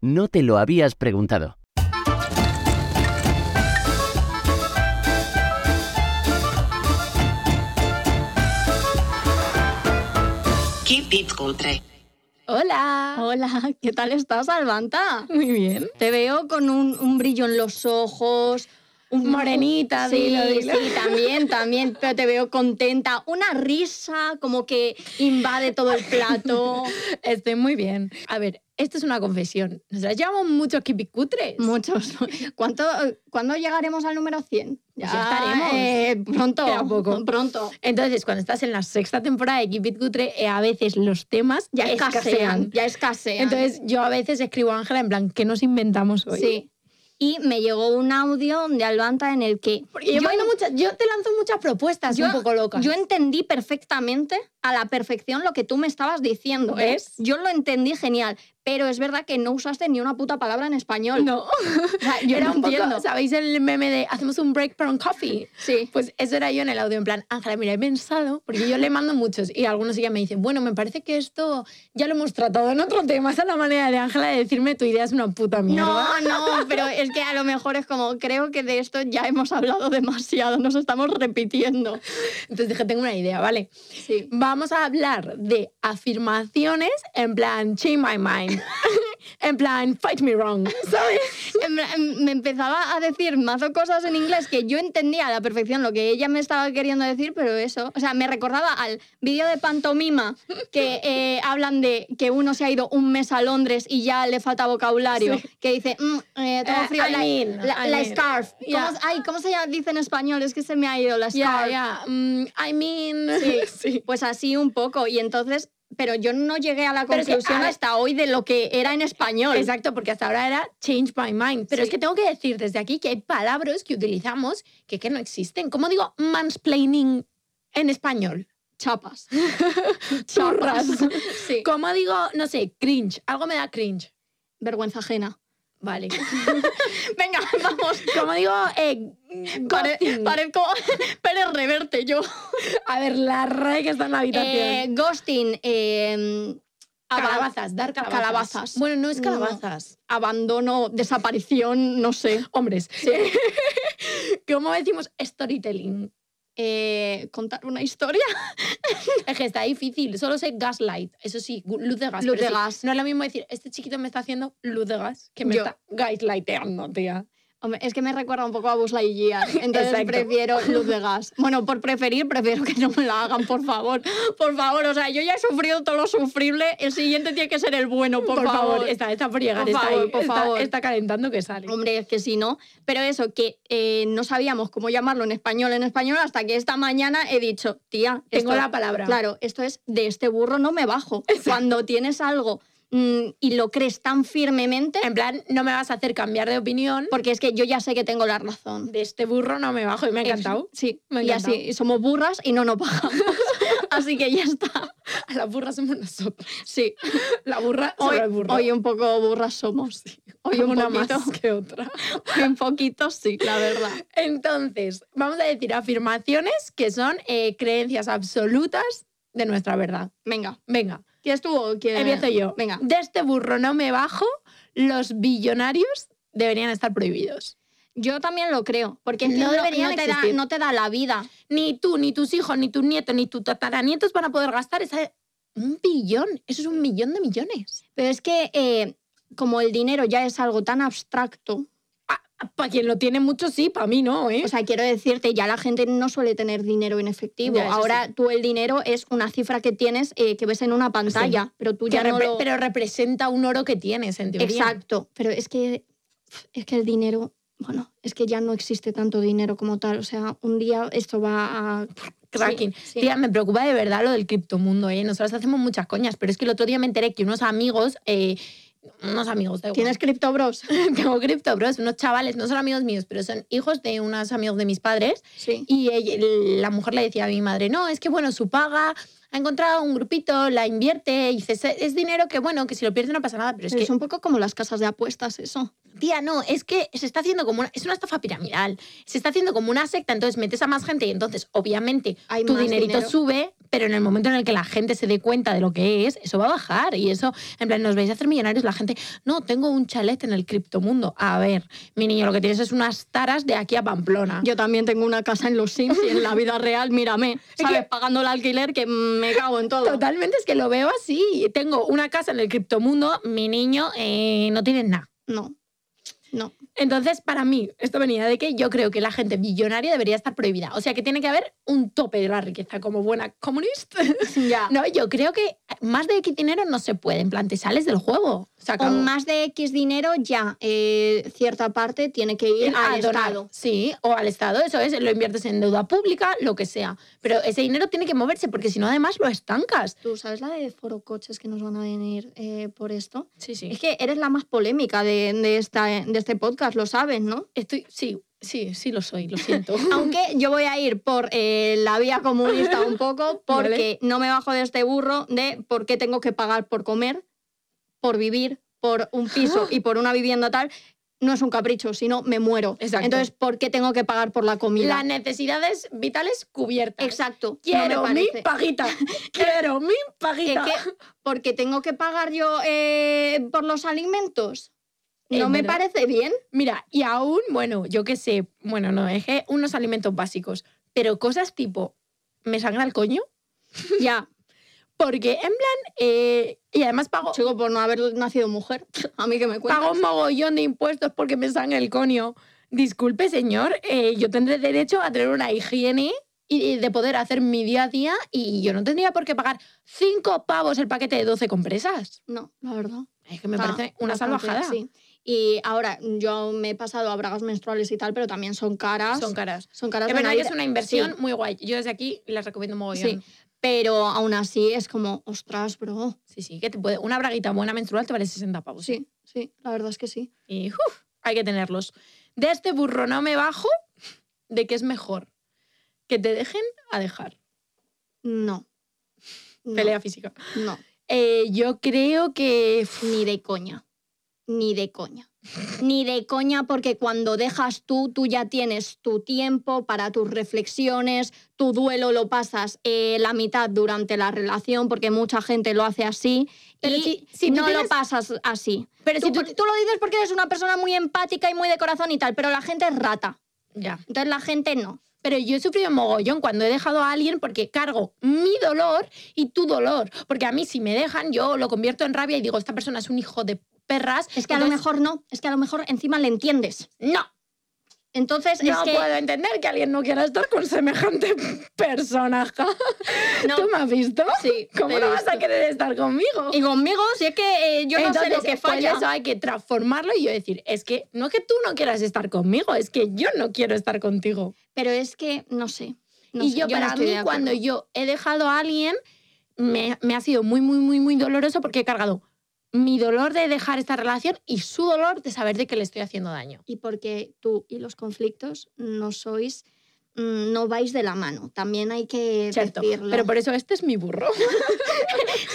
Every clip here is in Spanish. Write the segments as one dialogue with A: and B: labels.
A: No te lo habías preguntado.
B: Keep it country.
C: Hola.
D: Hola, ¿qué tal estás, Alvanta?
C: Muy bien.
D: Te veo con un, un brillo en los ojos, un morenita,
C: Sí,
D: dilo,
C: dilo.
D: sí, también, también, pero te veo contenta, una risa como que invade todo el plato.
C: Estoy muy bien. A ver, esto es una confesión. Nosotras llevamos muchos kipicutres.
D: Muchos. ¿Cuánto, ¿Cuándo llegaremos al número 100?
C: Ya estaremos.
D: eh, pronto.
C: Queda poco.
D: Pronto.
C: Entonces, cuando estás en la sexta temporada de Keep It Cutre, eh, a veces los temas
D: Ya escasean, ya escasean.
C: Entonces, yo a veces escribo a Ángela en plan, ¿qué nos inventamos hoy?
D: Sí. Y me llegó un audio de Alvanta en el que.
C: Porque yo, mando muchas- yo te lanzo muchas propuestas
D: Yo-
C: un poco locas.
D: Yo entendí perfectamente a la perfección lo que tú me estabas diciendo. ¿eh?
C: ¿Ves?
D: Yo lo entendí genial, pero es verdad que no usaste ni una puta palabra en español.
C: no.
D: O sea, yo
C: Era
D: no
C: un poco,
D: entiendo.
C: ¿Sabéis el meme de hacemos un break para un coffee?
D: sí.
C: Pues eso era yo en el audio, en plan, Ángela, mira, he pensado, porque yo le mando muchos y algunos sí que me dicen, bueno, me parece que esto ya lo hemos tratado en otro tema, esa es la manera de Ángela de decirme tu idea es una puta Pues mierda.
D: No, no, pero es que a lo mejor es como, creo que de esto ya hemos hablado demasiado, nos estamos repitiendo.
C: Entonces dije, tengo una idea, ¿vale?
D: Sí.
C: Vamos a hablar de afirmaciones en plan, change my mind, en plan, fight me wrong, ¿sabes?
D: En plan, em, Me empezaba a decir mazo cosas en inglés que yo entendía a la perfección lo que ella me estaba queriendo decir, pero eso, o sea, me recordaba al vídeo de pantomima que eh, hablan de que uno se ha ido un mes a Londres y ya le falta vocabulario,
C: Sí.
D: que dice, mm, eh, tengo
C: Eh,
D: frío,
C: I
D: la,
C: mean,
D: la-
C: I
D: la
C: mean.
D: scarf.
C: Yeah.
D: ¿Cómo, ay, ¿Cómo se llama- dice en español? Es que se me ha ido la
C: Ya,
D: scarf.
C: ya, mm, I mean...
D: Sí.
C: sí.
D: Pues así un poco, y entonces... Pero yo no llegué a la
C: Pero es que,
D: conclusión
C: a ver-
D: hasta hoy de lo que era en español.
C: Exacto, porque hasta ahora era change my mind. Pero
D: Sí.
C: es que tengo que decir desde aquí que hay palabras que utilizamos que, que no existen. ¿Cómo digo mansplaining en español?
D: Chapas.
C: Chorras.
D: Sí.
C: ¿Cómo digo, no sé, cringe? Algo me da cringe.
D: Vergüenza ajena.
C: Vale.
D: Venga, vamos.
C: ¿Cómo digo, eh,
D: Pare-
C: ghosting?
D: parezco Pérez Reverte yo.
C: A ver, la raya que está en la habitación.
D: Eh, ghosting. eh, aba-
C: calabazas, dar calabazas.
D: calabazas.
C: Bueno, no
D: No.
C: es calabazas.
D: Abandono, desaparición, no sé.
C: Hombres. ¿Cómo decimos storytelling?
D: Eh, contar una historia.
C: Es que está difícil. Solo sé gaslight. Eso sí, gu- luz de gas.
D: Luz
C: pero
D: de
C: sí,
D: gas.
C: No es lo mismo decir, este chiquito me está haciendo luz de gas que me
D: Yo-
C: está gaslighteando, tía.
D: Hombre, es que me recuerda un poco a Buzz Lightyear. Entonces
C: Exacto.
D: prefiero luz de gas. Bueno, por preferir, prefiero que no me la hagan, por favor. Por favor, o sea, yo ya he sufrido todo lo sufrible. El siguiente tiene que ser el bueno, por, favor.
C: Está, está por llegar.
D: Por
C: está
D: favor,
C: ahí,
D: por
C: está,
D: favor.
C: está calentando que sale.
D: Hombre, es que si no. Pero eso, que eh, no sabíamos cómo llamarlo en español, en español, hasta que esta mañana he dicho, tía,
C: Tengo
D: esto-
C: la palabra.
D: Claro, esto es de este burro no me bajo. Cuando tienes algo mm, y lo crees tan firmemente,
C: En plan, no me vas a hacer cambiar de opinión.
D: porque es que yo ya sé que tengo la razón.
C: De este burro no me bajo y me ha encantado.
D: Sí,
C: Me ha
D: y así,
C: encantado.
D: y somos burras y no nos bajamos. así que ya está.
C: A la burra somos nosotros.
D: Sí,
C: La burra
D: hoy,
C: sobre el burro.
D: hoy un poco burras somos. Hoy un
C: una
D: poquito,
C: más que otra.
D: hoy un poquito sí, la verdad.
C: Entonces, vamos a decir afirmaciones que son eh, creencias absolutas de nuestra verdad.
D: Venga,
C: Venga,
D: ¿quieres tú o quieres?
C: empiezo yo.
D: Eh, Venga.
C: De este burro no me bajo, los billonarios deberían estar prohibidos.
D: Yo también lo creo, porque es que
C: No
D: no,
C: deberían
D: no te da,
C: existir.
D: no te da la vida.
C: Ni tú, ni tus hijos, ni tus nietos, ni tus tataranietos van a poder gastar esa... un billón. Eso es un millón de millones.
D: Pero es que eh, como el dinero ya es algo tan abstracto,
C: Para quien lo tiene mucho, sí, para mí no, ¿eh?
D: o sea, quiero decirte, ya la gente no suele tener dinero en efectivo.
C: Ya, eso
D: Ahora tú el dinero es una cifra que tienes eh, que ves en una pantalla, pero tú
C: Que
D: ya no
C: repre-
D: lo...
C: Pero representa un oro que tienes, en teoría.
D: Exacto, pero es que es que el dinero, bueno, es que ya no existe tanto dinero como tal, o sea, un día esto va a
C: Cracking.
D: Sí, sí.
C: Tía, me preocupa de verdad lo del criptomundo, ¿eh? Nosotras hacemos muchas coñas, pero es que el otro día me enteré que unos amigos eh, unos amigos. da igual.
D: ¿Tienes Crypto Bros?
C: Tengo Crypto Bros, unos chavales, no son amigos míos, pero son hijos de unos amigos de mis padres.
D: Sí.
C: Y ella- la mujer le decía a mi madre, no, es que bueno, su paga ha encontrado un grupito, la invierte, y dice, "Es- es dinero que bueno, que si lo pierde no pasa nada, pero es
D: Pero
C: que,
D: es un poco como las casas de apuestas, eso.
C: tía, no, es que se está haciendo como una, es una estafa piramidal, se está haciendo como una secta, entonces metes a más gente y entonces obviamente
D: Hay
C: tu
D: más
C: dinerito
D: dinero.
C: sube, pero en el momento en el que la gente se dé cuenta de lo que es, eso va a bajar y eso, en plan, nos vais a hacer millonarios, la gente, no, tengo un chalet en el criptomundo, a ver, mi niño, lo que tienes es unas taras de aquí a Pamplona.
D: Yo también tengo una casa en los Sims y en la vida real, mírame, ¿sabes? Pagando el alquiler que me cago en todo.
C: Totalmente es que lo veo así. Tengo una casa en el criptomundo, mi niño eh, no tiene nada.
D: No, no.
C: Entonces, para mí, esto venía de que yo creo que la gente millonaria debería estar prohibida. O sea, que tiene que haber un tope de la riqueza como buena comunista.
D: Ya.
C: No, yo creo que más de X dinero no se puede. En plan, te sales del juego. Se acabó.
D: Con más de X dinero ya eh, cierta parte tiene que ir
C: A
D: al
C: donar.
D: Estado.
C: Sí, o al Estado, eso es, lo inviertes en deuda pública, lo que sea. Pero ese dinero tiene que moverse porque si no, además lo estancas.
D: Tú sabes la de foro coches que nos van a venir eh, por esto.
C: Sí, sí.
D: Es que eres la más polémica de, de esta, de este podcast, lo sabes, ¿no?
C: Estoy, sí, sí, sí lo soy, lo siento.
D: Aunque yo voy a ir por eh, la vía comunista un poco, porque no me bajo de este burro de por qué tengo que pagar por comer, por vivir, por un piso y por una vivienda tal. No es un capricho, sino me muero.
C: Exacto.
D: Entonces, ¿por qué tengo que pagar por la comida?
C: Las necesidades vitales cubiertas.
D: Exacto. no me
C: Quiero mi
D: parece.
C: pajita. Quiero mi
D: ¿Que
C: pajita.
D: qué? ¿Porque tengo que pagar yo eh, por los alimentos?
C: Es
D: No me
C: verdad.
D: parece bien.
C: Mira, y aún, bueno, yo qué sé, bueno, no, dejé unos alimentos básicos, pero cosas tipo, me sangra el coño,
D: Ya,
C: porque en plan, eh, y además pago,
D: chico, por no haber nacido mujer. A mí que me cuentas.
C: pago un mogollón de impuestos porque me sangra el coño. Disculpe, señor, eh, yo tendré derecho a tener una higiene y de poder hacer mi día a día y yo no tendría por qué pagar cinco pavos el paquete de 12 compresas.
D: No, la verdad.
C: Es que me
D: Está
C: parece una
D: Ah, bastante,
C: salvajada.
D: Sí. Y ahora, yo me he pasado a bragas menstruales y tal, pero también son caras.
C: Son caras.
D: Son caras
C: Es
D: de
C: verdad que
D: Navidad.
C: es una inversión muy guay. Yo desde aquí las recomiendo mogollón. Sí,
D: Pero aún así es como, ostras, bro.
C: sí, que te puede, una braguita buena menstrual te vale 60 pavos.
D: Sí, sí, la verdad es que sí.
C: Y uf, hay que tenerlos. De este burro no me bajo de que es mejor que te dejen a dejar.
D: No. No,
C: Pelea física.
D: No,
C: Eh, yo creo que... uf,
D: ni de coña. Ni de coña. Ni de coña porque cuando dejas tú, tú ya tienes tu tiempo para tus reflexiones, tu duelo lo pasas eh, la mitad durante la relación porque mucha gente lo hace así
C: Pero
D: y
C: si- si tú
D: no lo
C: tienes-
D: pasas así.
C: pero si tú...
D: tú lo dices porque eres una persona muy empática y muy de corazón y tal, pero la gente es rata.
C: Ya.
D: Entonces la gente no.
C: Pero yo he sufrido mogollón cuando he dejado a alguien porque cargo mi dolor y tu dolor. Porque a mí si me dejan yo lo convierto en rabia y digo, esta persona es un hijo de perras.
D: Es que a lo
C: entonces-
D: mejor no, es que a lo mejor encima le entiendes.
C: No,
D: Entonces
C: No
D: es que
C: puedo entender que alguien no quiera estar con semejante personaje.
D: no.
C: ¿Tú me has visto?
D: Sí, te
C: ¿Cómo
D: he
C: no vas a
D: visto.
C: querer estar conmigo?
D: Y conmigo, si es que eh, yo no sé lo que
C: pues
D: falla.
C: eso hay que transformarlo y yo decir, es que no es que tú no quieras estar conmigo, es que yo no quiero estar contigo.
D: Pero es que no sé. no
C: y
D: sé,
C: yo,
D: no
C: para
D: estoy de
C: mí, cuando
D: acuerdo.
C: yo he dejado a alguien, me, me ha sido muy, muy, muy, muy doloroso porque he cargado mi dolor de dejar esta relación y su dolor de saber de que le estoy haciendo daño.
D: Y porque tú y los conflictos no sois, mm, no vais de la mano. También hay que
C: Cierto.
D: decirlo.
C: Pero por eso este es mi burro.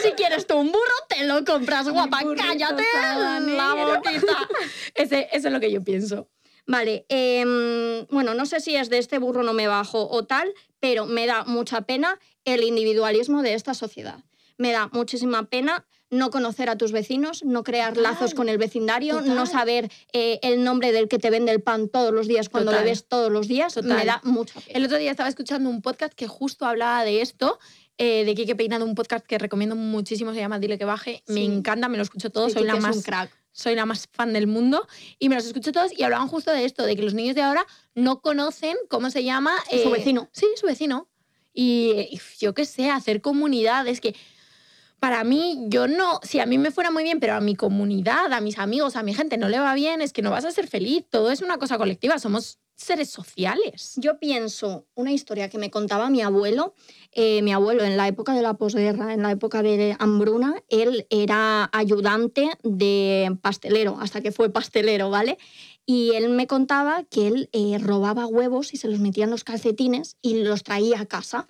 D: si quieres tú un burro, te lo compras, guapa.
C: burrito
D: Cállate la
C: sabanero.
D: boquita.
C: Ese, eso es lo que yo pienso.
D: Vale, em, bueno, no sé si es de este burro no me bajo o tal, pero me da mucha pena el individualismo de esta sociedad. Me da muchísima pena no conocer a tus vecinos, no crear
C: Total.
D: lazos con el vecindario, no
C: Total.
D: saber eh, el nombre del que te vende el pan todos los días cuando
C: Total.
D: le ves todos los días.
C: Total.
D: Me da mucha pena.
C: El otro día estaba escuchando un podcast que justo hablaba de esto, eh, de Kike Peinado, un podcast que recomiendo muchísimo, se llama Dile que baje. Me
D: Sí.
C: encanta, me lo escucho todo,
D: Sí,
C: soy,
D: tú
C: la
D: que es un
C: más,
D: crack.
C: soy la más fan del mundo. Y me los escucho todos y hablaban justo de esto, de que los niños de ahora no conocen cómo se llama...
D: Su
C: eh,
D: vecino.
C: Sí, su vecino. Y eh, y yo qué sé, hacer comunidad, es que... Para mí, yo no, si a mí me fuera muy bien, pero a mi comunidad, a mis amigos, a mi gente no le va bien, es que no vas a ser feliz. Todo es una cosa colectiva, somos seres sociales.
D: Yo pienso una historia que me contaba mi abuelo. Eh, mi abuelo, en la época de la posguerra, en la época de hambruna, él era ayudante de pastelero, hasta que fue pastelero, ¿vale? Y él me contaba que él eh, robaba huevos y se los metía en los calcetines y los traía a casa.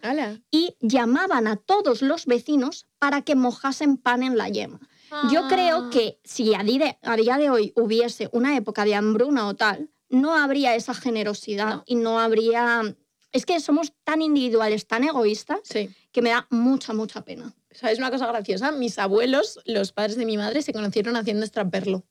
D: Y llamaban a todos los vecinos para que mojasen pan en la yema. Yo
C: Ah.
D: creo que si a di- de- a día de hoy hubiese una época de hambruna o tal, no habría esa generosidad
C: No.
D: y no habría... Es que somos tan individuales, tan egoístas,
C: Sí.
D: que me da mucha, mucha pena.
C: ¿Sabes una cosa graciosa? Mis abuelos, los padres de mi madre, se conocieron haciendo extraperlo.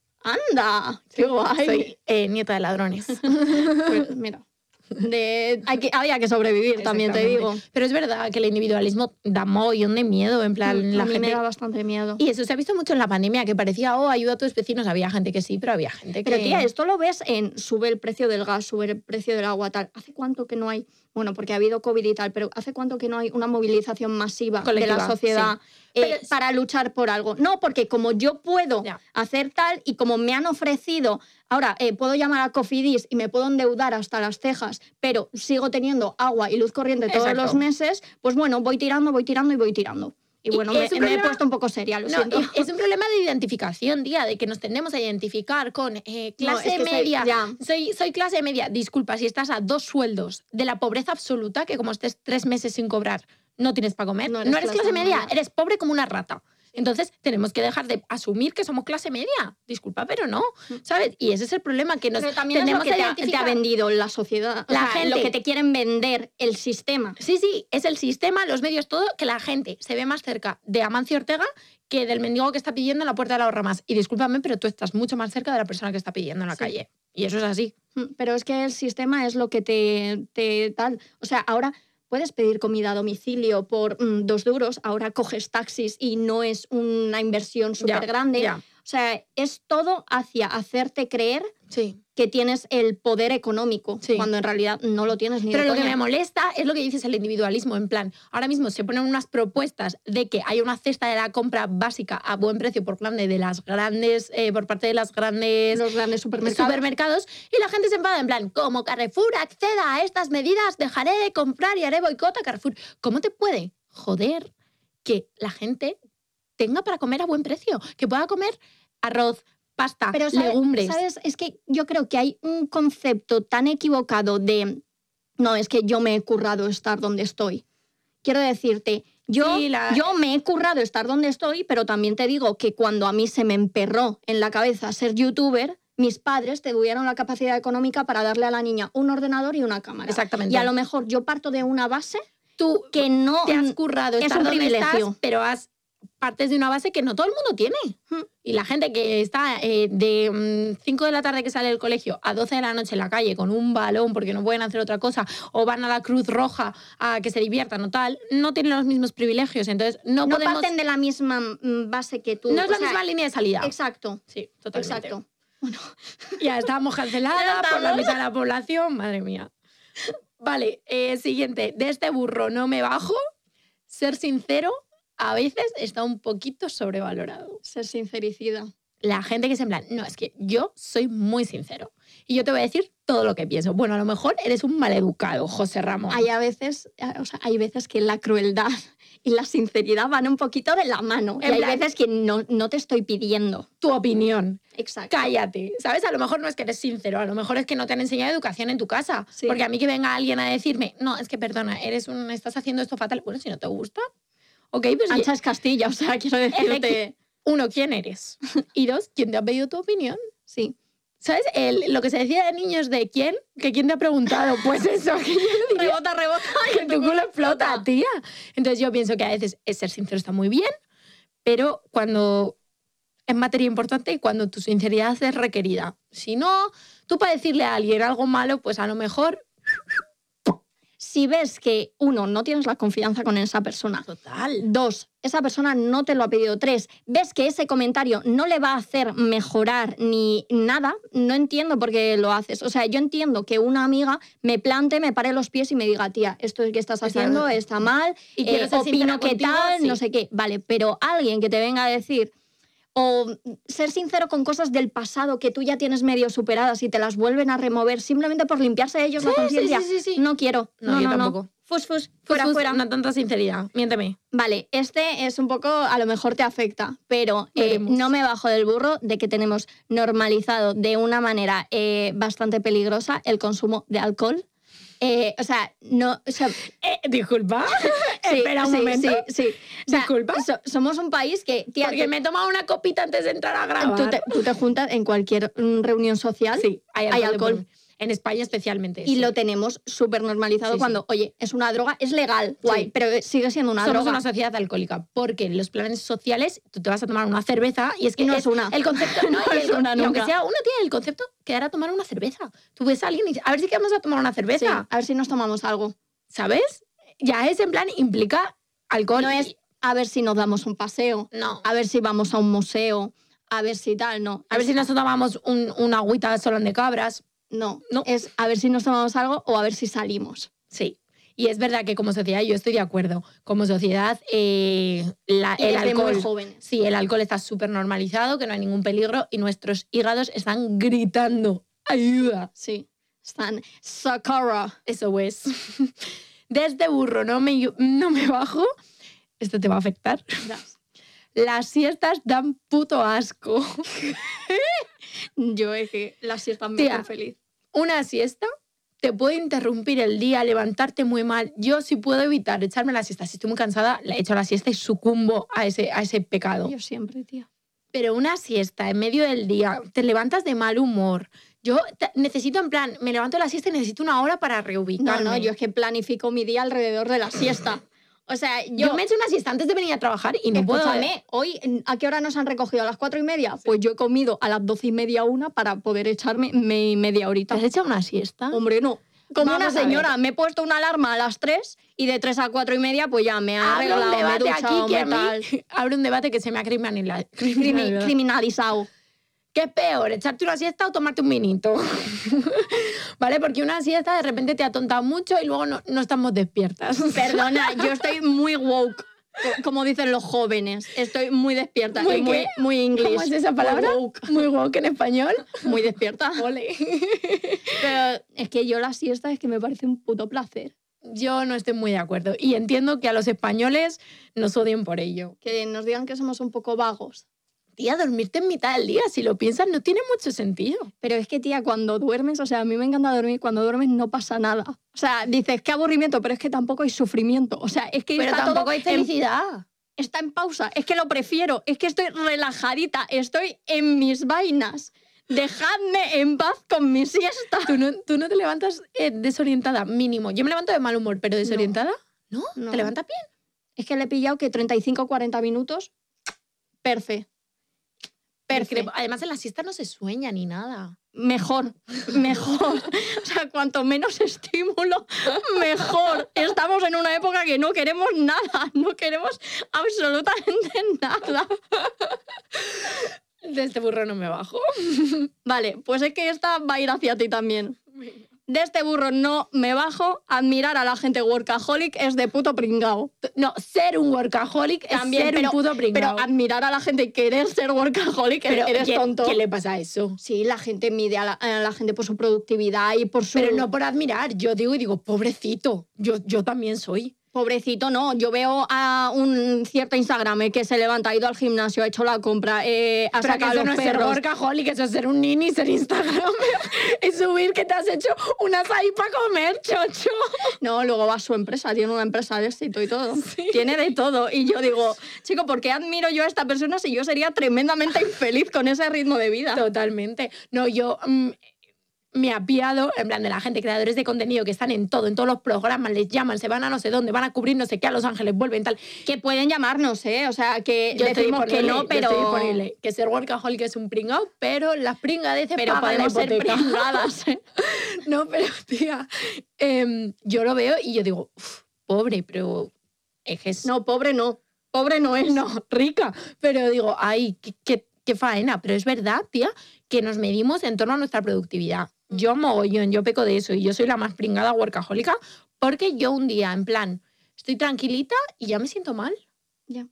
D: ¡Anda! ¡Qué guay!
C: Soy eh, nieta de ladrones.
D: Pues, mira, de- hay que, había que sobrevivir también, te digo.
C: Pero es verdad que el individualismo da mogollón de miedo, en plan,
D: mm, a
C: la
D: mí me
C: gente...
D: da bastante miedo.
C: Y eso se ha visto mucho en la pandemia, que parecía, oh, ayuda a tus vecinos. Había gente que sí, pero había gente que...
D: Pero tía, esto lo ves en sube el precio del gas, sube el precio del agua, tal. ¿Hace cuánto que no hay? Bueno, porque ha habido COVID y tal, pero ¿hace cuánto que no hay una movilización masiva de
C: Colectiva,
D: la sociedad eh,
C: Pero es-
D: para luchar por algo? No, porque como yo puedo
C: Ya.
D: hacer tal y como me han ofrecido, ahora eh, puedo llamar a Cofidis y me puedo endeudar hasta las cejas, pero sigo teniendo agua y luz corriente todos
C: Exacto.
D: los meses, pues bueno, voy tirando, voy tirando y voy tirando. Y
C: Y
D: bueno, me,
C: es un
D: me he
C: problema-
D: puesto un poco seria, lo
C: No,
D: siento.
C: es- es un problema de identificación, tía, de que nos tendemos a identificar con eh,
D: No,
C: clase
D: es que soy-
C: media.
D: ya.
C: Soy, soy clase media. Disculpa, si estás a dos sueldos de la pobreza absoluta, que como estés tres meses sin cobrar, no tienes para comer. No eres, clase, media, eres pobre como una rata. Entonces tenemos que dejar de asumir que somos clase media. Disculpa, pero no. ¿Sabes? Y ese es el problema que nos
D: Mm. Pero también es lo
C: tendemos
D: que te
C: a
D: ha, te ha
C: identificar.
D: vendido la sociedad. O
C: La
D: sea,
C: gente.
D: Lo que te quieren vender, el sistema.
C: Sí, sí, es el sistema, los medios, todo, que la gente se ve más cerca de Amancio Ortega que del mendigo que está pidiendo en la puerta de la ramas. Y discúlpame, pero tú estás mucho más cerca de la persona que está pidiendo en la
D: Sí.
C: calle. Y eso es así.
D: Mm, Pero es que el sistema es lo que te, te tal. O sea, ahora puedes pedir comida a domicilio por mm, dos duros, ahora coges taxis y no es una inversión
C: Ya,
D: súper grande.
C: Ya.
D: O sea, es todo hacia hacerte creer
C: Sí.
D: que tienes el poder económico,
C: Sí.
D: cuando en realidad no lo tienes ni de
C: Pero lo que
D: coña.
C: me molesta es lo que dices el individualismo, en plan, ahora mismo se ponen unas propuestas de que hay una cesta de la compra básica a buen precio por grande de las grandes, eh, por parte de las grandes
D: Los grandes supermercados.
C: supermercados y la gente se enfada en plan, como Carrefour acceda a estas medidas, dejaré de comprar y haré boicot a Carrefour. ¿Cómo te puede joder que la gente tenga para comer a buen precio? Que pueda comer arroz, pasta,
D: Pero ¿sabe-
C: Ah, legumbres.
D: ¿sabes? Es que yo creo que hay un concepto tan equivocado de, no, es que yo me he currado estar donde estoy. Quiero decirte, yo,
C: Sí, la-
D: yo me he currado estar donde estoy, pero también te digo que cuando a mí se me emperró en la cabeza ser youtuber, mis padres te tuvieron la capacidad económica para darle a la niña un ordenador y una cámara.
C: Exactamente.
D: Y a lo mejor yo parto de una base
C: tú
D: que no...
C: te has currado
D: es
C: estar
D: un
C: donde
D: privilegio.
C: estás, pero has partes de una base que no todo el mundo tiene.
D: Hmm.
C: Y la gente que está eh, de 5 de la tarde que sale del colegio a 12 de la noche en la calle con un balón porque no pueden hacer otra cosa o van a la Cruz Roja a que se diviertan o tal, no tienen los mismos privilegios. Entonces no,
D: no
C: podemos...
D: parten de la misma mm, base que tú.
C: No es
D: o
C: la
D: sea,
C: misma línea de salida.
D: Exacto,
C: Sí, totalmente.
D: exacto.
C: Ya estábamos canceladas
D: Ya
C: por la
D: estamos.
C: mitad de la población, madre mía. Vale, eh, siguiente. De este burro no me bajo. Ser sincero a veces está un poquito sobrevalorado.
D: Ser sincericida.
C: La gente que es en plan, no, es que yo soy muy sincero. Y yo te voy a decir todo lo que pienso. Bueno, a lo mejor eres un maleducado, José Ramón.
D: hay a veces, o sea, hay veces que la crueldad y la sinceridad van un poquito de la mano. Y
C: En
D: hay
C: plan-
D: veces que no, no te estoy pidiendo.
C: tu opinión.
D: Exacto.
C: cállate. ¿Sabes? A lo mejor no es que eres sincero, a lo mejor es que no te han enseñado educación en tu casa.
D: Sí.
C: Porque a mí que venga alguien a decirme, no, es que perdona, eres un, estás haciendo esto fatal. Bueno, si no te gusta. Ok, pues
D: Ancha es Castilla, o sea, quiero decirte.
C: uno, ¿quién eres? Y dos, ¿quién te ha pedido tu opinión?
D: Sí.
C: ¿Sabes? El- lo que se decía de niños de quién, que quién te ha preguntado. Pues eso, que yo le diría
D: Rebota, rebota.
C: que tu culo explota, tía. Entonces yo pienso que a veces es ser sincero está muy bien, pero cuando es materia importante y cuando tu sinceridad es requerida. Si no, tú para decirle a alguien algo malo, pues a lo mejor...
D: Si ves que, uno, no tienes la confianza con esa persona.
C: Total.
D: Dos, esa persona no te lo ha pedido. Tres, ves que ese comentario no le va a hacer mejorar ni nada. No entiendo por qué lo haces. O sea, yo entiendo que una amiga me plante, me pare los pies y me diga, tía, esto que estás
C: Está
D: haciendo
C: bien.
D: está mal,
C: Y
D: eh,
C: quiero ser sincera
D: opino que
C: contigo,
D: tal,
C: sí.
D: no sé qué. Vale, pero alguien que te venga a decir, o ser sincero con cosas del pasado que tú ya tienes medio superadas y te las vuelven a remover simplemente por limpiarse ellos la conciencia.
C: sí, sí, sí.
D: No quiero.
C: No,
D: No,
C: yo
D: no, no.
C: tampoco.
D: Fus, fus,
C: Fus,
D: fuera,
C: fus,
D: fuera.
C: No tanta sinceridad, miénteme.
D: Vale, este es un poco, a lo mejor te afecta, pero eh,
C: Veremos.
D: no me bajo del burro de que tenemos normalizado de una manera eh, bastante peligrosa el consumo de alcohol. Eh, o sea, no, o sea,
C: Eh, disculpa,
D: sí,
C: espera un
D: sí,
C: momento.
D: Sí, sí. O sea,
C: Disculpa.
D: so- somos un país que, tía,
C: Porque
D: tú-
C: me he tomado una copita antes de entrar a grabar.
D: tú, te, tú te juntas en cualquier mm, reunión social
C: Ah, Sí, hay alcohol.
D: Hay
C: de
D: alcohol.
C: por medio. En España especialmente.
D: y
C: sí.
D: lo tenemos súper normalizado
C: Sí, sí.
D: cuando, oye, es una droga, es legal, guay,
C: Sí.
D: pero sigue siendo una
C: Somos
D: droga.
C: una sociedad alcohólica, porque en los planes sociales tú te vas a tomar una cerveza y es que
D: No es una.
C: El concepto no,
D: No
C: y el
D: es
C: con-
D: una
C: y aunque
D: nunca.
C: sea una tía, el concepto que era tomar una cerveza. Tú ves a alguien y dices, a ver si que vamos a tomar una
D: Sí,
C: cerveza,
D: a ver si nos tomamos algo.
C: ¿sabes? Ya es en plan implica alcohol.
D: No es- A ver si nos damos un paseo.
C: No.
D: a ver si vamos a un museo, a ver si tal, no.
C: A ver si nos tomamos un, una agüita solón de cabras.
D: No,
C: No.
D: es a ver si nos tomamos algo o a ver si salimos.
C: Sí. Y es verdad que como sociedad, yo estoy de acuerdo, como sociedad eh, la-
D: y
C: el
D: desde muy
C: alcohol...
D: jóvenes.
C: Sí, el alcohol está súper normalizado, que no hay ningún peligro y nuestros hígados están gritando ayuda.
D: Sí, están socorro.
C: Eso es. Desde burro no me, no me bajo. Esto te va a afectar. Las siestas dan puto asco.
D: Yo es que la siesta me
C: Tía.
D: hace feliz.
C: Una siesta te puede interrumpir el día, levantarte muy mal. Yo sí puedo evitar echarme la siesta. Si estoy muy cansada, la echo la siesta y sucumbo a ese, a ese pecado.
D: Yo siempre, tía.
C: Pero una siesta en medio del día, te levantas de mal humor. Yo te- necesito, en plan, me levanto de la siesta y necesito una hora para
D: No,
C: reubicarme.
D: no, yo es que planifico mi día alrededor de la siesta. O sea, yo,
C: Yo me echo una siesta antes de venir a trabajar y no puedo. ¿eh?
D: Escúchame, hoy, ¿a qué hora nos han recogido? ¿A las cuatro y media? Pues yo he comido a las doce y media una para poder echarme mi media
C: ¿Te
D: horita.
C: has echado una siesta?
D: Hombre, no. Como
C: Vamos
D: una
C: a ver.
D: señora, me he puesto una alarma a las 3 y de 3 a 4 y media, pues ya me ha
C: Abre un
D: arreglado, me he
C: debate
D: duchado,
C: aquí que
D: me
C: a
D: tal.
C: mí, abre un debate que se me ha criminalizado.
D: Crimi-
C: Criminalizado.
D: criminalizado.
C: ¿Qué es peor, echarte una siesta o tomarte un minito? ¿Vale? Porque una siesta de repente te atonta mucho y luego no, no estamos despiertas.
D: Perdona, yo estoy muy woke, co- como dicen los jóvenes. Estoy muy despierta
C: ¿Muy
D: y muy,
C: qué?
D: muy inglés.
C: ¿Cómo es esa palabra?
D: Muy woke,
C: Muy woke en español.
D: muy despierta.
C: Ole.
D: Pero es que yo la siesta es que me parece un puto placer.
C: Yo no estoy muy de acuerdo y entiendo que a los españoles nos odien por ello.
D: Que nos digan que somos un poco vagos.
C: Tía, dormirte en mitad del día, si lo piensas, no tiene mucho sentido.
D: Pero es que, tía, cuando duermes, o sea, a mí me encanta dormir, cuando duermes no pasa nada. O sea, dices, qué aburrimiento, pero es que tampoco hay sufrimiento. O sea, es que
C: Pero
D: está
C: tampoco
D: todo
C: hay
D: en
C: felicidad.
D: está en pausa, es que lo prefiero, es que estoy relajadita, estoy en mis vainas. Dejadme en paz con mi siesta.
C: ¿Tú no, tú no te levantas eh, desorientada, mínimo. Yo me levanto de mal humor, pero desorientada, ¿no?
D: No.
C: ¿Te levantas bien?
D: Es que le he pillado que 35 o 40 minutos, perfe. Perfe.
C: Porque Además, en la siesta no se sueña ni nada.
D: Mejor, mejor. O sea, cuanto menos estímulo, mejor. Estamos en una época que no queremos nada, no queremos absolutamente nada.
C: De este burro no me bajo.
D: Vale, pues es que esta va a ir hacia ti también. De este burro no me bajo. Admirar a la gente workaholic es de puto pringao.
C: No, ser un workaholic
D: También,
C: es ser
D: pero-
C: un puto pringao.
D: Pero admirar a la gente y querer ser workaholic, eres
C: ¿qué,
D: tonto.
C: ¿Qué le pasa a eso?
D: Sí, la gente mide a la, a la gente por su productividad y por su...
C: Pero no por admirar. Yo digo y digo, pobrecito, yo, yo también soy.
D: Pobrecito, no. Yo veo a un cierto Instagram que se levanta, ha ido al gimnasio, ha hecho la compra, eh, ha
C: Pero que
D: sacado
C: eso
D: a
C: no
D: los
C: es ser
D: perros.
C: workaholic, eso es ser un nini, ser Instagram. es subir que te has hecho una saí para comer, chocho.
D: No, luego va a su empresa, tiene una empresa de éxito y todo. Tiene de todo. Y yo digo, chico, ¿por qué admiro yo a esta persona si yo sería tremendamente infeliz con ese ritmo de vida?
C: Totalmente. No, yo mm, me he apiado, en plan, de la gente, creadores de contenido que están en todo, en todos los programas, les llaman, se van a no sé dónde, van a cubrir no sé qué, a Los Ángeles, vuelven, tal.
D: Que pueden llamarnos, ¿eh? O sea, que
C: Yo estoy
D: decimos que
C: disponible,
D: no,
C: yo estoy
D: pero,
C: disponible. Que ser workaholic es un pringao, pero las pringadeces
D: pero
C: pagan la
D: podemos ser
C: hipoteca.
D: pringadas. ¿eh?
C: No, pero tía, em, yo lo veo y yo digo, "Uf, pobre, pero es que es
D: No, pobre no. Pobre no es.
C: no, rica. Pero digo, ay, qué, qué- qué faena. Pero es verdad, tía, que nos medimos en torno a nuestra productividad.
D: Mm.
C: Yo mogollón, yo peco de eso y yo soy la más pringada workahólica porque yo un día, en plan, estoy tranquilita y ya me siento mal.
D: Ya.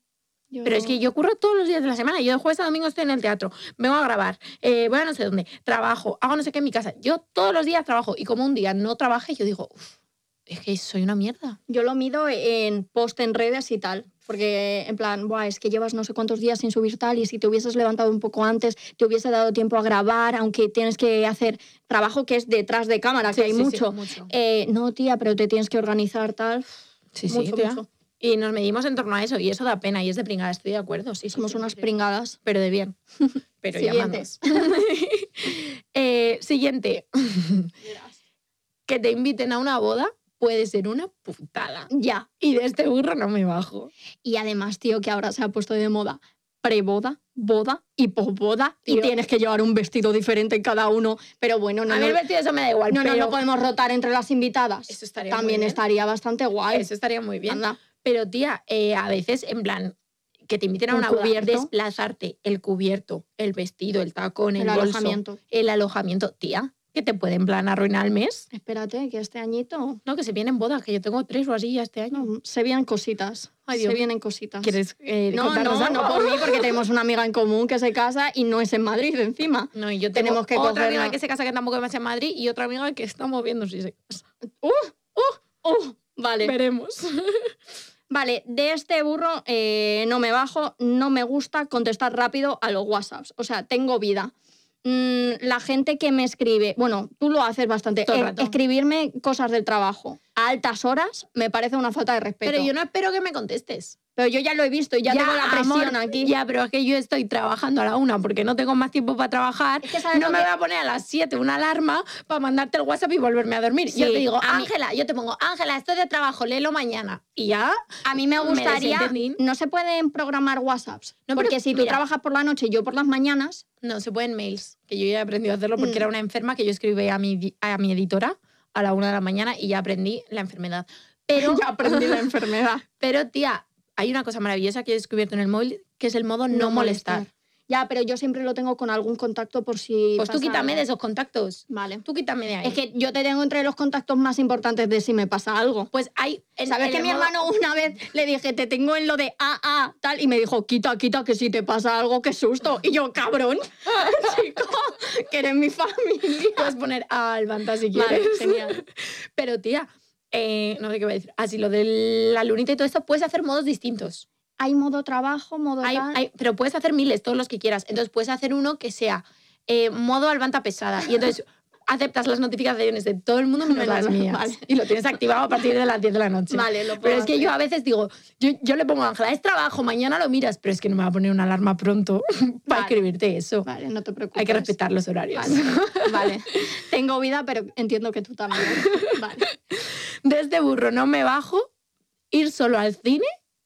D: Yo-
C: Pero es que yo curro todos los días de la semana. Yo de jueves a domingo estoy en el teatro, vengo a grabar, eh, voy a no sé dónde, trabajo, hago no sé qué en mi casa. Yo todos los días trabajo y como un día no trabaje, yo digo, "Uf, es que soy una mierda.
D: Yo lo mido en post en redes y tal. Porque, en plan, Buah, es que llevas no sé cuántos días sin subir tal y si te hubieses levantado un poco antes, te hubiese dado tiempo a grabar, aunque tienes que hacer trabajo que es detrás de cámara, que hay mucho. Eh, no, tía, pero te tienes que organizar tal.
C: Sí, sí,
D: mucho,
C: tía.
D: mucho.
C: Y nos medimos en torno a eso y eso da pena y es de pringada, estoy de acuerdo. Sí, sí,
D: Somos
C: sí,
D: unas
C: sí.
D: pringadas.
C: Pero de bien. Pero ya
D: Siguientes.
C: vamos. Eh, siguiente. que te inviten a una boda puede ser una putada.
D: Ya.
C: Y de este burro no me bajo.
D: Y además, tío, que ahora se ha puesto de moda preboda, boda y posboda. Y
C: Tío.
D: tienes que llevar un vestido diferente en cada uno. Pero bueno, no,
C: a mí
D: no,
C: el vestido eso me da igual.
D: no, no,
C: pero
D: no podemos rotar entre las invitadas.
C: Eso estaría muy
D: También
C: bien.
D: estaría bastante guay.
C: Eso estaría muy bien.
D: Anda.
C: Pero tía, eh, a veces en plan que te inviten a
D: Un
C: una boda,
D: cubierto.
C: desplazarte, el cubierto, el vestido, el tacón, el,
D: el
C: bolso,
D: alojamiento.
C: el alojamiento, tía, que te puede en plan arruinar el mes.
D: Espérate, que este añito
C: No, que se vienen bodas, que yo tengo tres o así ya este año.
D: no, se vienen cositas.
C: Ay,
D: se
C: Dios.
D: vienen cositas.
C: ¿Quieres eh,
D: No,
C: contarnos
D: no,
C: algo?
D: no por mí, porque tenemos una amiga en común que se casa y no es en Madrid encima.
C: No, y yo tengo
D: Tenemos que
C: otra
D: cogerla.
C: amiga que se casa que tampoco es en Madrid y otra amiga que estamos viendo si se casa. Oh,
D: Uh, vale.
C: Veremos.
D: Vale, de este burro eh, no me bajo, no me gusta contestar rápido a los WhatsApps. O sea, tengo vida. Mm, la gente que me escribe, bueno, tú lo haces bastante,
C: Todo el
D: eh,
C: rato.
D: escribirme cosas del trabajo a altas horas me parece una falta de respeto.
C: Pero yo no espero que me contestes.
D: Pero yo ya lo he visto y ya, tengo la presión
C: amor,
D: aquí.
C: Ya, pero es que yo estoy trabajando a la una porque no tengo más tiempo para trabajar.
D: Es que sabes
C: no
D: lo
C: me
D: que-
C: voy a poner a las 7 una alarma para mandarte el WhatsApp y volverme a dormir.
D: Sí,
C: yo te digo,
D: a mí-
C: Ángela, yo te pongo, Ángela, estoy de trabajo, léelo mañana. Y ya.
D: A mí me gustaría.
C: desentendí.
D: no se pueden programar WhatsApps.
C: No, pero
D: porque si tú
C: mira.
D: trabajas por la noche y yo por las mañanas,
C: No, se pueden mails, que yo ya he aprendido a hacerlo porque
D: Mm.
C: era una enferma que yo escribí a mi, di- a mi editora a la una de la mañana y ya aprendí la enfermedad. Pero,
D: ya aprendí la enfermedad.
C: pero tía, hay una cosa maravillosa que he descubierto en el móvil, que es el modo no, molestar.
D: Ya, pero yo siempre lo tengo con algún contacto por si.
C: Pues tú
D: pasa
C: quítame
D: algo.
C: de esos contactos.
D: Vale.
C: Tú quítame de ahí.
D: Es que yo te tengo entre los contactos más importantes de si me pasa algo.
C: pues hay... en-
D: ¿Sabes
C: en
D: que
C: el
D: mi
C: modo-
D: hermano una vez le dije, te tengo en lo de AA, tal? Y me dijo, quita, quita, que si te pasa algo, qué susto. Y yo, cabrón, chico, que eres mi familia.
C: Puedes poner a Albanta si quieres.
D: Vale, genial.
C: Pero tía, eh, no sé qué voy a decir. Así lo de la lunita y todo esto, puedes hacer modos distintos.
D: Hay modo trabajo, modo
C: Hay-
D: tal.
C: hay- pero puedes hacer miles, todos los que quieras. Entonces puedes hacer uno que sea eh, modo Albanta pesada. Y entonces aceptas las notificaciones de todo el mundo menos
D: Menos
C: las
D: las-
C: mías.
D: vale.
C: Y lo tienes activado a partir de las 10 de la noche.
D: Vale, pues. lo puedo
C: Pero es que
D: hacer.
C: yo a veces digo, yo, yo le pongo a Ángela, es trabajo, mañana lo miras, pero es que no me va a poner una alarma pronto
D: Vale.
C: para escribirte eso.
D: Vale, no te preocupes.
C: Hay que respetar los horarios.
D: Vale, vale. Tengo vida, pero entiendo que tú también. Vale.
C: Desde este burro no me bajo, ir solo al cine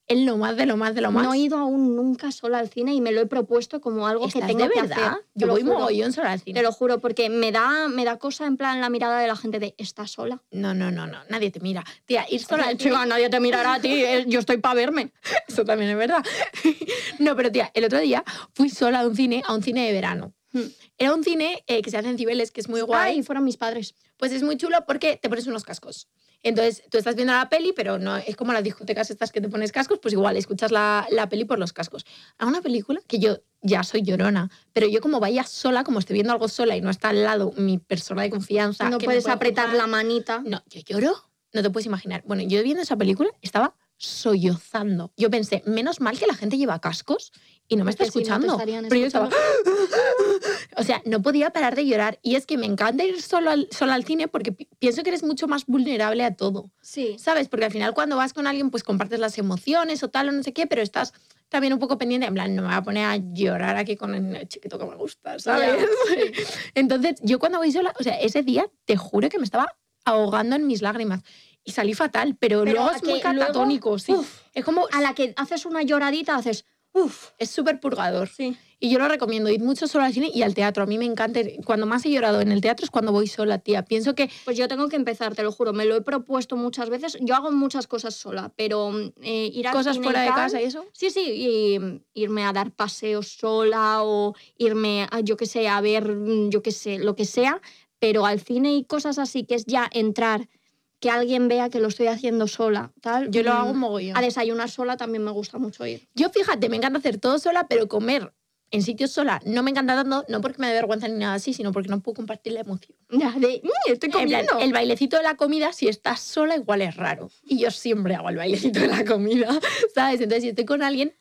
C: es lo más de lo más de lo más.
D: No he ido aún nunca sola al cine y me lo he propuesto como algo que
C: ¿Estás
D: tengo
C: de
D: que
C: verdad?
D: hacer. Te
C: Yo
D: lo
C: voy
D: juro.
C: mogollón solo al cine.
D: Te lo juro, porque me da, me da cosa en plan la mirada de la gente de ¿estás sola?
C: No, no, no, no, nadie te mira. Tía, ir solo al cine...
D: chica, nadie te mirará a ti, eh, yo estoy para verme.
C: Eso también es verdad. no, pero tía, el otro día fui sola a un cine, a un cine de verano.
D: Hmm.
C: Era un cine eh, que se hace en Cibeles, que es muy guay.
D: Guay, fueron mis padres.
C: Pues es muy chulo porque te pones unos cascos. Entonces, tú estás viendo la peli, pero no es como las discotecas estas que te pones cascos, pues igual, escuchas la, la peli por los cascos. A una película que yo ya soy llorona, pero yo como vaya sola, como estoy viendo algo sola y no está al lado mi persona de confianza...
D: no
C: que me
D: puedes
C: puede
D: apretar la
C: juzgar,
D: manita.
C: no, yo lloro, no te puedes imaginar. Bueno, yo viendo esa película estaba sollozando. Yo pensé, menos mal que la gente lleva cascos y no me está
D: Porque si no te
C: escuchando.
D: estarían
C: pero yo estaba... O sea, no podía parar de llorar. Y es que me encanta ir solo al, solo al cine porque pi- pienso que eres mucho más vulnerable a todo.
D: Sí.
C: ¿Sabes? Porque al final cuando vas con alguien pues compartes las emociones o tal o no sé qué, pero estás también un poco pendiente. En plan, no me voy a poner a llorar aquí con el chiquito que me gusta, ¿sabes? Entonces, yo cuando voy sola, o sea, ese día te juro que me estaba ahogando en mis lágrimas. Y salí fatal, pero,
D: Pero
C: luego
D: a
C: es muy
D: que luego-
C: catatónico, sí.
D: Uf.
C: es como,
D: A la que haces una lloradita, haces, uff.
C: es súper purgador.
D: Sí.
C: Y yo lo recomiendo, ir mucho solo al cine y al teatro. A mí me encanta, ir- cuando más he llorado en el teatro es cuando voy sola, tía. Pienso que
D: Pues yo tengo que empezar, te lo juro. Me lo he propuesto muchas veces. Yo hago muchas cosas sola, pero mm, eh, ir a
C: cosas fuera de casa y eso.
D: Sí, sí, y mm, irme a dar paseos sola o irme, a, yo qué sé, a ver, mm, yo qué sé, lo que sea, pero al cine y cosas así que es ya entrar que alguien vea que lo estoy haciendo sola, tal.
C: Yo lo hago
D: Mm,
C: mogollón.
D: A desayunar sola también me gusta mucho ir.
C: Yo fíjate, me encanta hacer todo sola, pero comer en sitios sola no me encanta tanto, no porque me dé vergüenza ni nada así, sino porque no puedo compartir la emoción.
D: Ya, de, "Mm, estoy
C: En plan,
D: comiendo.
C: el bailecito de la comida, si estás sola, igual es raro. Y yo siempre hago el bailecito de la comida, ¿sabes? Entonces, si estoy con alguien,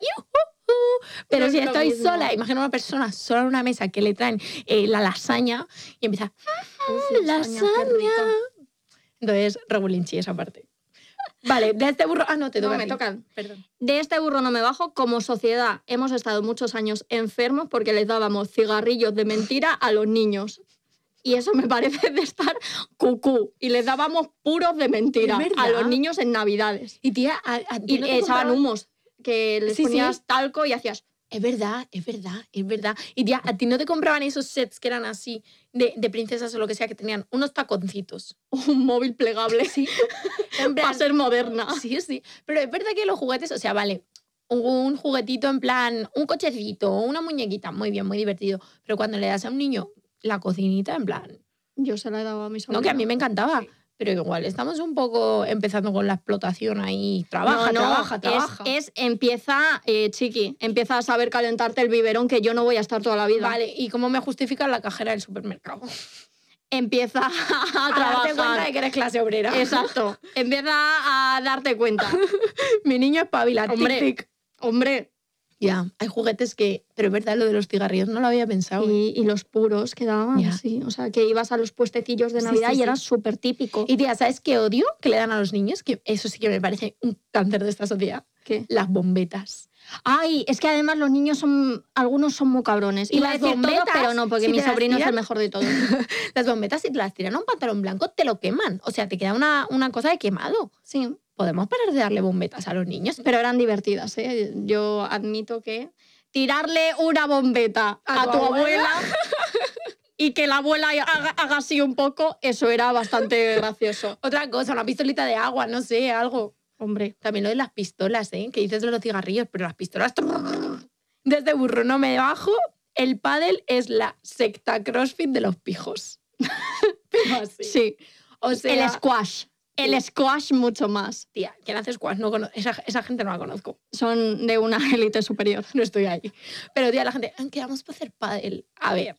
C: ¡yujú! Pero
D: No
C: si
D: es lo
C: estoy
D: mismo.
C: sola, imagino una persona sola en una mesa que le traen eh, la lasaña y empieza,
D: Uf, lasaña, qué
C: lasaña.
D: rico.
C: Entonces, rebulinchi esa parte. Vale, de este burro. Ah, no, te
D: No,
C: toca. a
D: me
C: ti.
D: tocan.
C: Perdón.
D: De este burro no me bajo. Como sociedad hemos estado muchos años enfermos porque les dábamos cigarrillos de mentira a los niños. Y eso me parece de estar cucú. Y les dábamos puros de mentira
C: Es
D: a
C: verdad.
D: los niños en Navidades.
C: Y tía, a- a ti
D: Y eh,
C: no te
D: echaban
C: compraban-
D: humos. Que les
C: Sí, sí.
D: ponías talco y hacías.
C: Es verdad, es verdad, es verdad. Y tía, a ti no te compraban esos sets que eran así, de, de princesas o lo que sea, que tenían unos taconcitos.
D: un móvil plegable
C: Sí. En
D: para
C: plan,
D: ser moderna.
C: sí, sí. Pero es verdad que los juguetes, o sea, vale, un juguetito en plan, un cochecito, una muñequita, muy bien, muy divertido. Pero cuando le das a un niño la cocinita, en plan,
D: Yo se la he dado a mis
C: no, que a mí me encantaba. Pero igual, estamos un poco empezando con la explotación ahí. Trabaja, trabaja,
D: es,
C: trabaja.
D: Es, empieza, eh, chiqui, empieza a saber calentarte el biberón que yo no voy a estar toda la vida.
C: Vale, ¿y cómo me justifica la cajera del supermercado?
D: Empieza a,
C: A darte cuenta de
D: trabajar.
C: que eres clase obrera.
D: Exacto. Empieza a darte cuenta.
C: Mi niño espabila,
D: Hombre.
C: tic, tic.
D: Hombre,
C: Ya, hay juguetes que... Pero es verdad, lo de los cigarrillos no lo había pensado. ¿eh?
D: y, y los puros que daban,
C: Ya.
D: sí. O sea, que ibas a los puestecillos de
C: Sí,
D: Navidad
C: sí,
D: y era
C: sí.
D: súper típico.
C: Y tía, ¿sabes qué odio que le dan a los niños? Que eso sí que me parece un cáncer de esta sociedad.
D: ¿Qué?
C: Las bombetas.
D: Ay, es que además los niños son, algunos son muy cabrones.
C: Y
D: Iba a
C: las
D: decir todos,
C: bombetas,
D: pero no, porque
C: si
D: mi
C: te las
D: sobrino es el
C: tiran-
D: mejor de todos.
C: Las bombetas, si te las tiran a un pantalón blanco, te lo queman. O sea, te queda una, una cosa de quemado.
D: Sí.
C: Podemos parar de darle bombetas a los niños.
D: pero eran divertidas, ¿eh? Yo admito que tirarle una bombeta
C: ¿A
D: a,
C: tu
D: tu abuela, y que la abuela haga, haga así un poco, eso era bastante gracioso.
C: Otra cosa, una pistolita de agua, no sé, algo.
D: Hombre,
C: También lo de las pistolas, ¿eh? Que dices de los cigarrillos, pero las pistolas... Desde burro no me bajo, el pádel es la secta crossfit de los pijos. Pero así.
D: Ah, sí.
C: O sea,
D: el squash. El squash mucho más.
C: tía, ¿quién hace squash? No cono- esa, esa gente no la conozco,
D: Son de una élite superior.
C: no estoy ahí. Pero tía, la gente, "Ah, ¿qué vamos para hacer pádel? A ver,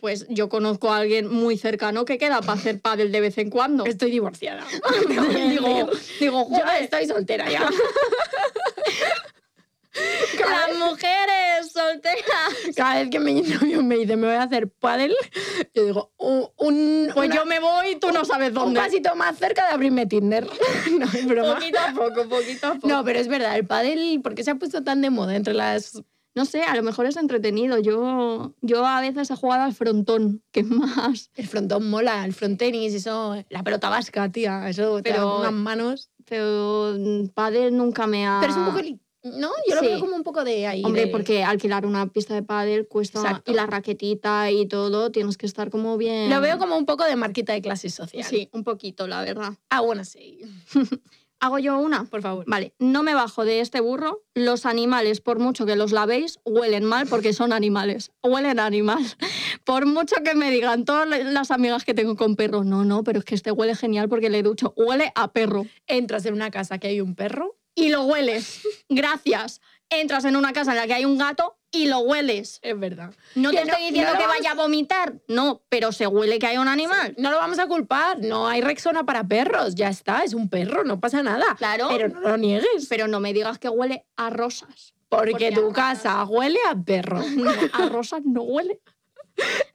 D: Pues yo conozco a alguien muy cercano que queda para hacer pádel de vez en cuando.
C: estoy divorciada.
D: digo, digo,
C: yo
D: "Joder,
C: estoy soltera ya. Cada,
D: las mujeres solteras.
C: cada vez que mi novio me dice, me voy a hacer pádel, yo digo, un... un-
D: Pues
C: una-
D: yo me voy y tú no sabes
C: Un
D: dónde.
C: pasito más cerca de abrirme Tinder. No, es broma.
D: Poquito a poco, poquito a poco.
C: No, pero es verdad, el pádel, ¿por qué se ha puesto tan de moda entre las
D: No sé, a lo mejor es entretenido. Yo, yo a veces he jugado al frontón, que es más.
C: El frontón mola, el frontenis, eso, la pelota vasca, tía, eso, te
D: Pero-
C: dan unas manos.
D: Pero mm, pádel nunca me ha...
C: Pero es un poco, li- ¿no? Yo lo
D: Sí.
C: veo como un poco de ahí.
D: Hombre,
C: de-
D: porque alquilar una pista de pádel cuesta...
C: Exacto.
D: Y la raquetita y todo, tienes que estar como bien...
C: Lo veo como un poco de marquita de clase social.
D: mm. Sí, un poquito, la verdad.
C: Ah, bueno, sí.
D: ¿Hago yo una?
C: Por favor.
D: Vale, no me bajo de este burro. Los animales, por mucho que los lavéis, huelen mal porque son animales. Huelen a animal. Por mucho que me digan todas las amigas que tengo con perros, no, no, pero es que este huele genial porque le ducho. Huele a perro.
C: Entras en una casa que hay un perro.
D: Y lo hueles. Gracias. Entras en una casa en la que hay un gato y lo hueles.
C: Es verdad.
D: No te
C: Que no-
D: estoy diciendo
C: no lo
D: que
C: vamos-
D: vaya a vomitar. No, pero se huele que hay un animal.
C: No lo vamos a culpar. No hay Rexona para perros. Ya está, es un perro, no pasa nada.
D: Claro.
C: Pero no lo niegues.
D: Pero no me digas que huele a rosas.
C: Porque,
D: Porque
C: tu
D: a rosas-
C: casa huele a perro.
D: No, a rosas no huele.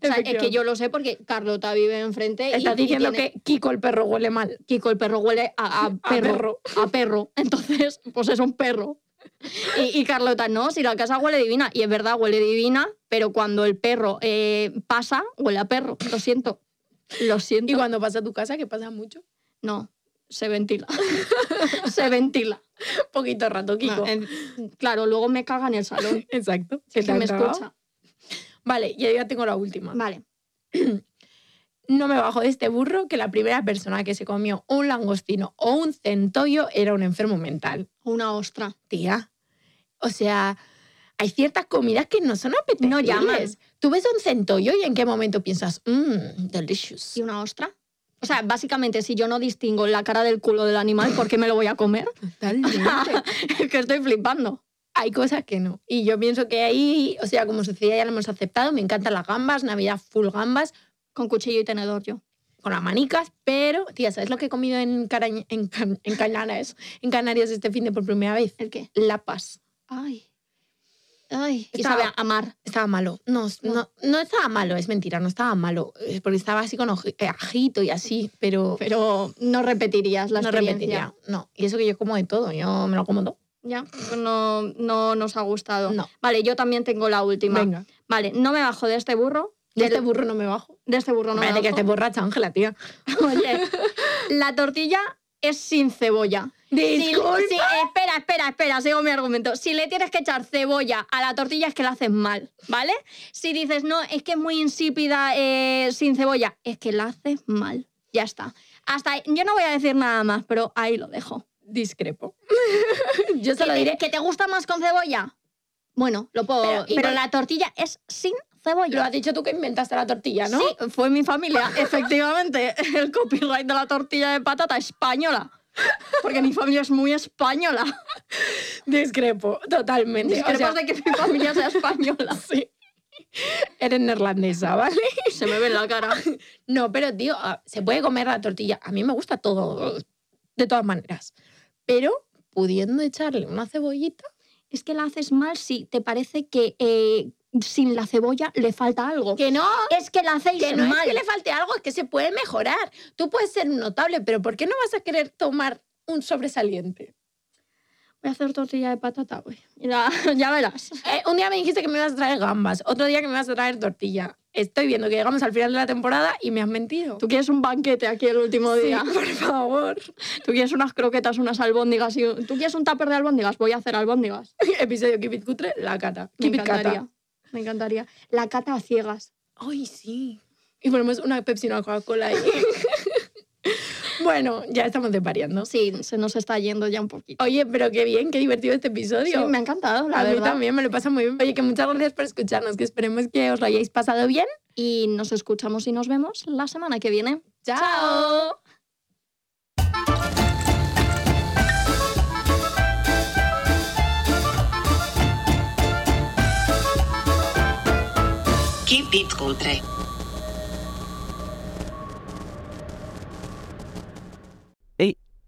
D: O sea, es que yo lo sé porque Carlota vive enfrente. y-
C: Estás
D: y
C: diciendo
D: tiene-
C: que Kiko el perro huele mal.
D: Kiko el perro huele a, a perro. A perro. Entonces, pues es un perro. Y, y Carlota, no, si la casa huele divina. Y es verdad, huele divina, pero cuando el perro eh, pasa, huele a perro. Lo siento. Lo siento.
C: Y cuando pasa a tu casa, que pasa mucho,
D: No, se ventila. se ventila.
C: poquito rato, Kiko.
D: No, Ah, en- claro, luego me caga Ah, en el salón.
C: Exacto.
D: Si es
C: ¿Te
D: que
C: han
D: me
C: cagado?
D: escucha.
C: Vale, yo ya tengo la última.
D: Vale.
C: No me bajo de este burro que la primera persona que se comió un langostino o un centollo era un enfermo mental.
D: Una ostra.
C: Tía. O sea, hay ciertas comidas que no son apetecibles.
D: No llaman.
C: Tú ves un centollo y en qué momento piensas, mmm, delicious.
D: ¿Y una ostra? O sea, básicamente, si yo no distingo la cara del culo del animal, ¿por qué me lo voy a comer?
C: Totalmente.
D: es que estoy flipando.
C: Hay cosas que no. Y yo pienso que ahí, o sea, como sociedad ya lo hemos aceptado. Me encantan las gambas, Navidad full gambas,
D: Con cuchillo y tenedor yo.
C: con las manicas, pero, tía, ¿sabes lo que he comido en, Carañ- en, Can- en Canarias? En Canarias este fin de por primera vez.
D: ¿El qué?
C: Lapas.
D: Ay. Ay. Y
C: Estaba-
D: sabe a- a mar.
C: Estaba malo. No, no, no estaba malo, es mentira, no estaba malo. Es Porque estaba así con oji- eh, ajito y así, pero,
D: Pero no repetirías la
C: no
D: experiencia.
C: repetiría. No, y eso que yo como de todo, yo me lo como todo.
D: Ya, pues no, no nos ha gustado.
C: No.
D: Vale, yo también tengo la última.
C: Venga.
D: Vale, no me bajo de este burro.
C: De
D: del-
C: este burro no me bajo.
D: de este burro no
C: Parece que
D: me
C: este esté
D: bajo.
C: borracha, Ángela, tía.
D: Oye, la tortilla es sin cebolla. Si-
C: Disculpa.
D: si- eh, espera, espera, espera, sigo mi argumento. Si le tienes que echar cebolla a la tortilla es que la haces mal, ¿vale? Si dices, no, es que es muy insípida eh, sin cebolla, es que la haces mal. Ya está. Hasta ahí- yo no voy a decir nada más, pero ahí lo dejo.
C: Discrepo. yo se
D: ¿Que
C: lo
D: te-
C: diré.
D: ¿Que te gusta más con cebolla? Bueno, lo puedo.
C: Pero
D: Pero,
C: igual-
D: la tortilla es sin
C: Lo has
D: cebolla.
C: dicho tú que inventaste la tortilla, ¿no?
D: Sí, fue mi familia. Efectivamente, el copyright de la tortilla de patata española. Porque mi familia es muy española.
C: Discrepo, totalmente.
D: Discrepas
C: O sea,
D: de que mi familia sea española.
C: sí. Eres neerlandesa, ¿vale?
D: Se me ve en la cara.
C: No, pero tío, a- se puede comer la tortilla. A mí me gusta todo, de todas maneras. Pero pudiendo echarle una cebollita,
D: Es que la haces mal si te parece que eh, sin la cebolla le falta algo. Ah,
C: que no,
D: Es que la hacéis
C: que no
D: mal.
C: es que le falte algo, es que se puede mejorar. Tú puedes ser notable, pero ¿por qué no vas a querer tomar un sobresaliente?
D: Voy a hacer tortilla de patata, güey. Ya, ya verás.
C: Eh, un día me dijiste que me ibas a traer gambas, otro día que me ibas a traer tortilla. Estoy viendo que llegamos al final de la temporada y me has mentido.
D: Tú quieres un banquete aquí el último
C: Sí,
D: día.
C: por favor.
D: Tú quieres unas croquetas, unas albóndigas. Y... Tú quieres un tupper de albóndigas. Voy a hacer albóndigas.
C: Episodio Keep It Cutre, la cata.
D: Me
C: Keep It cata.
D: encantaría. Me encantaría. La cata a ciegas.
C: Ay, sí. Y ponemos una Pepsi y una Coca-Cola ahí. bueno, ya estamos desvariando.
D: Sí, se nos está yendo ya un poquito.
C: Oye, pero qué bien, qué divertido este episodio.
D: Sí, me ha encantado, la
C: a mí
D: verdad.
C: también me lo pasa muy bien. Oye, que muchas gracias por escucharnos, que esperemos que os lo hayáis pasado bien.
D: Y nos escuchamos y nos vemos la semana que viene.
C: ¡Chao!
B: Keep It Cutre.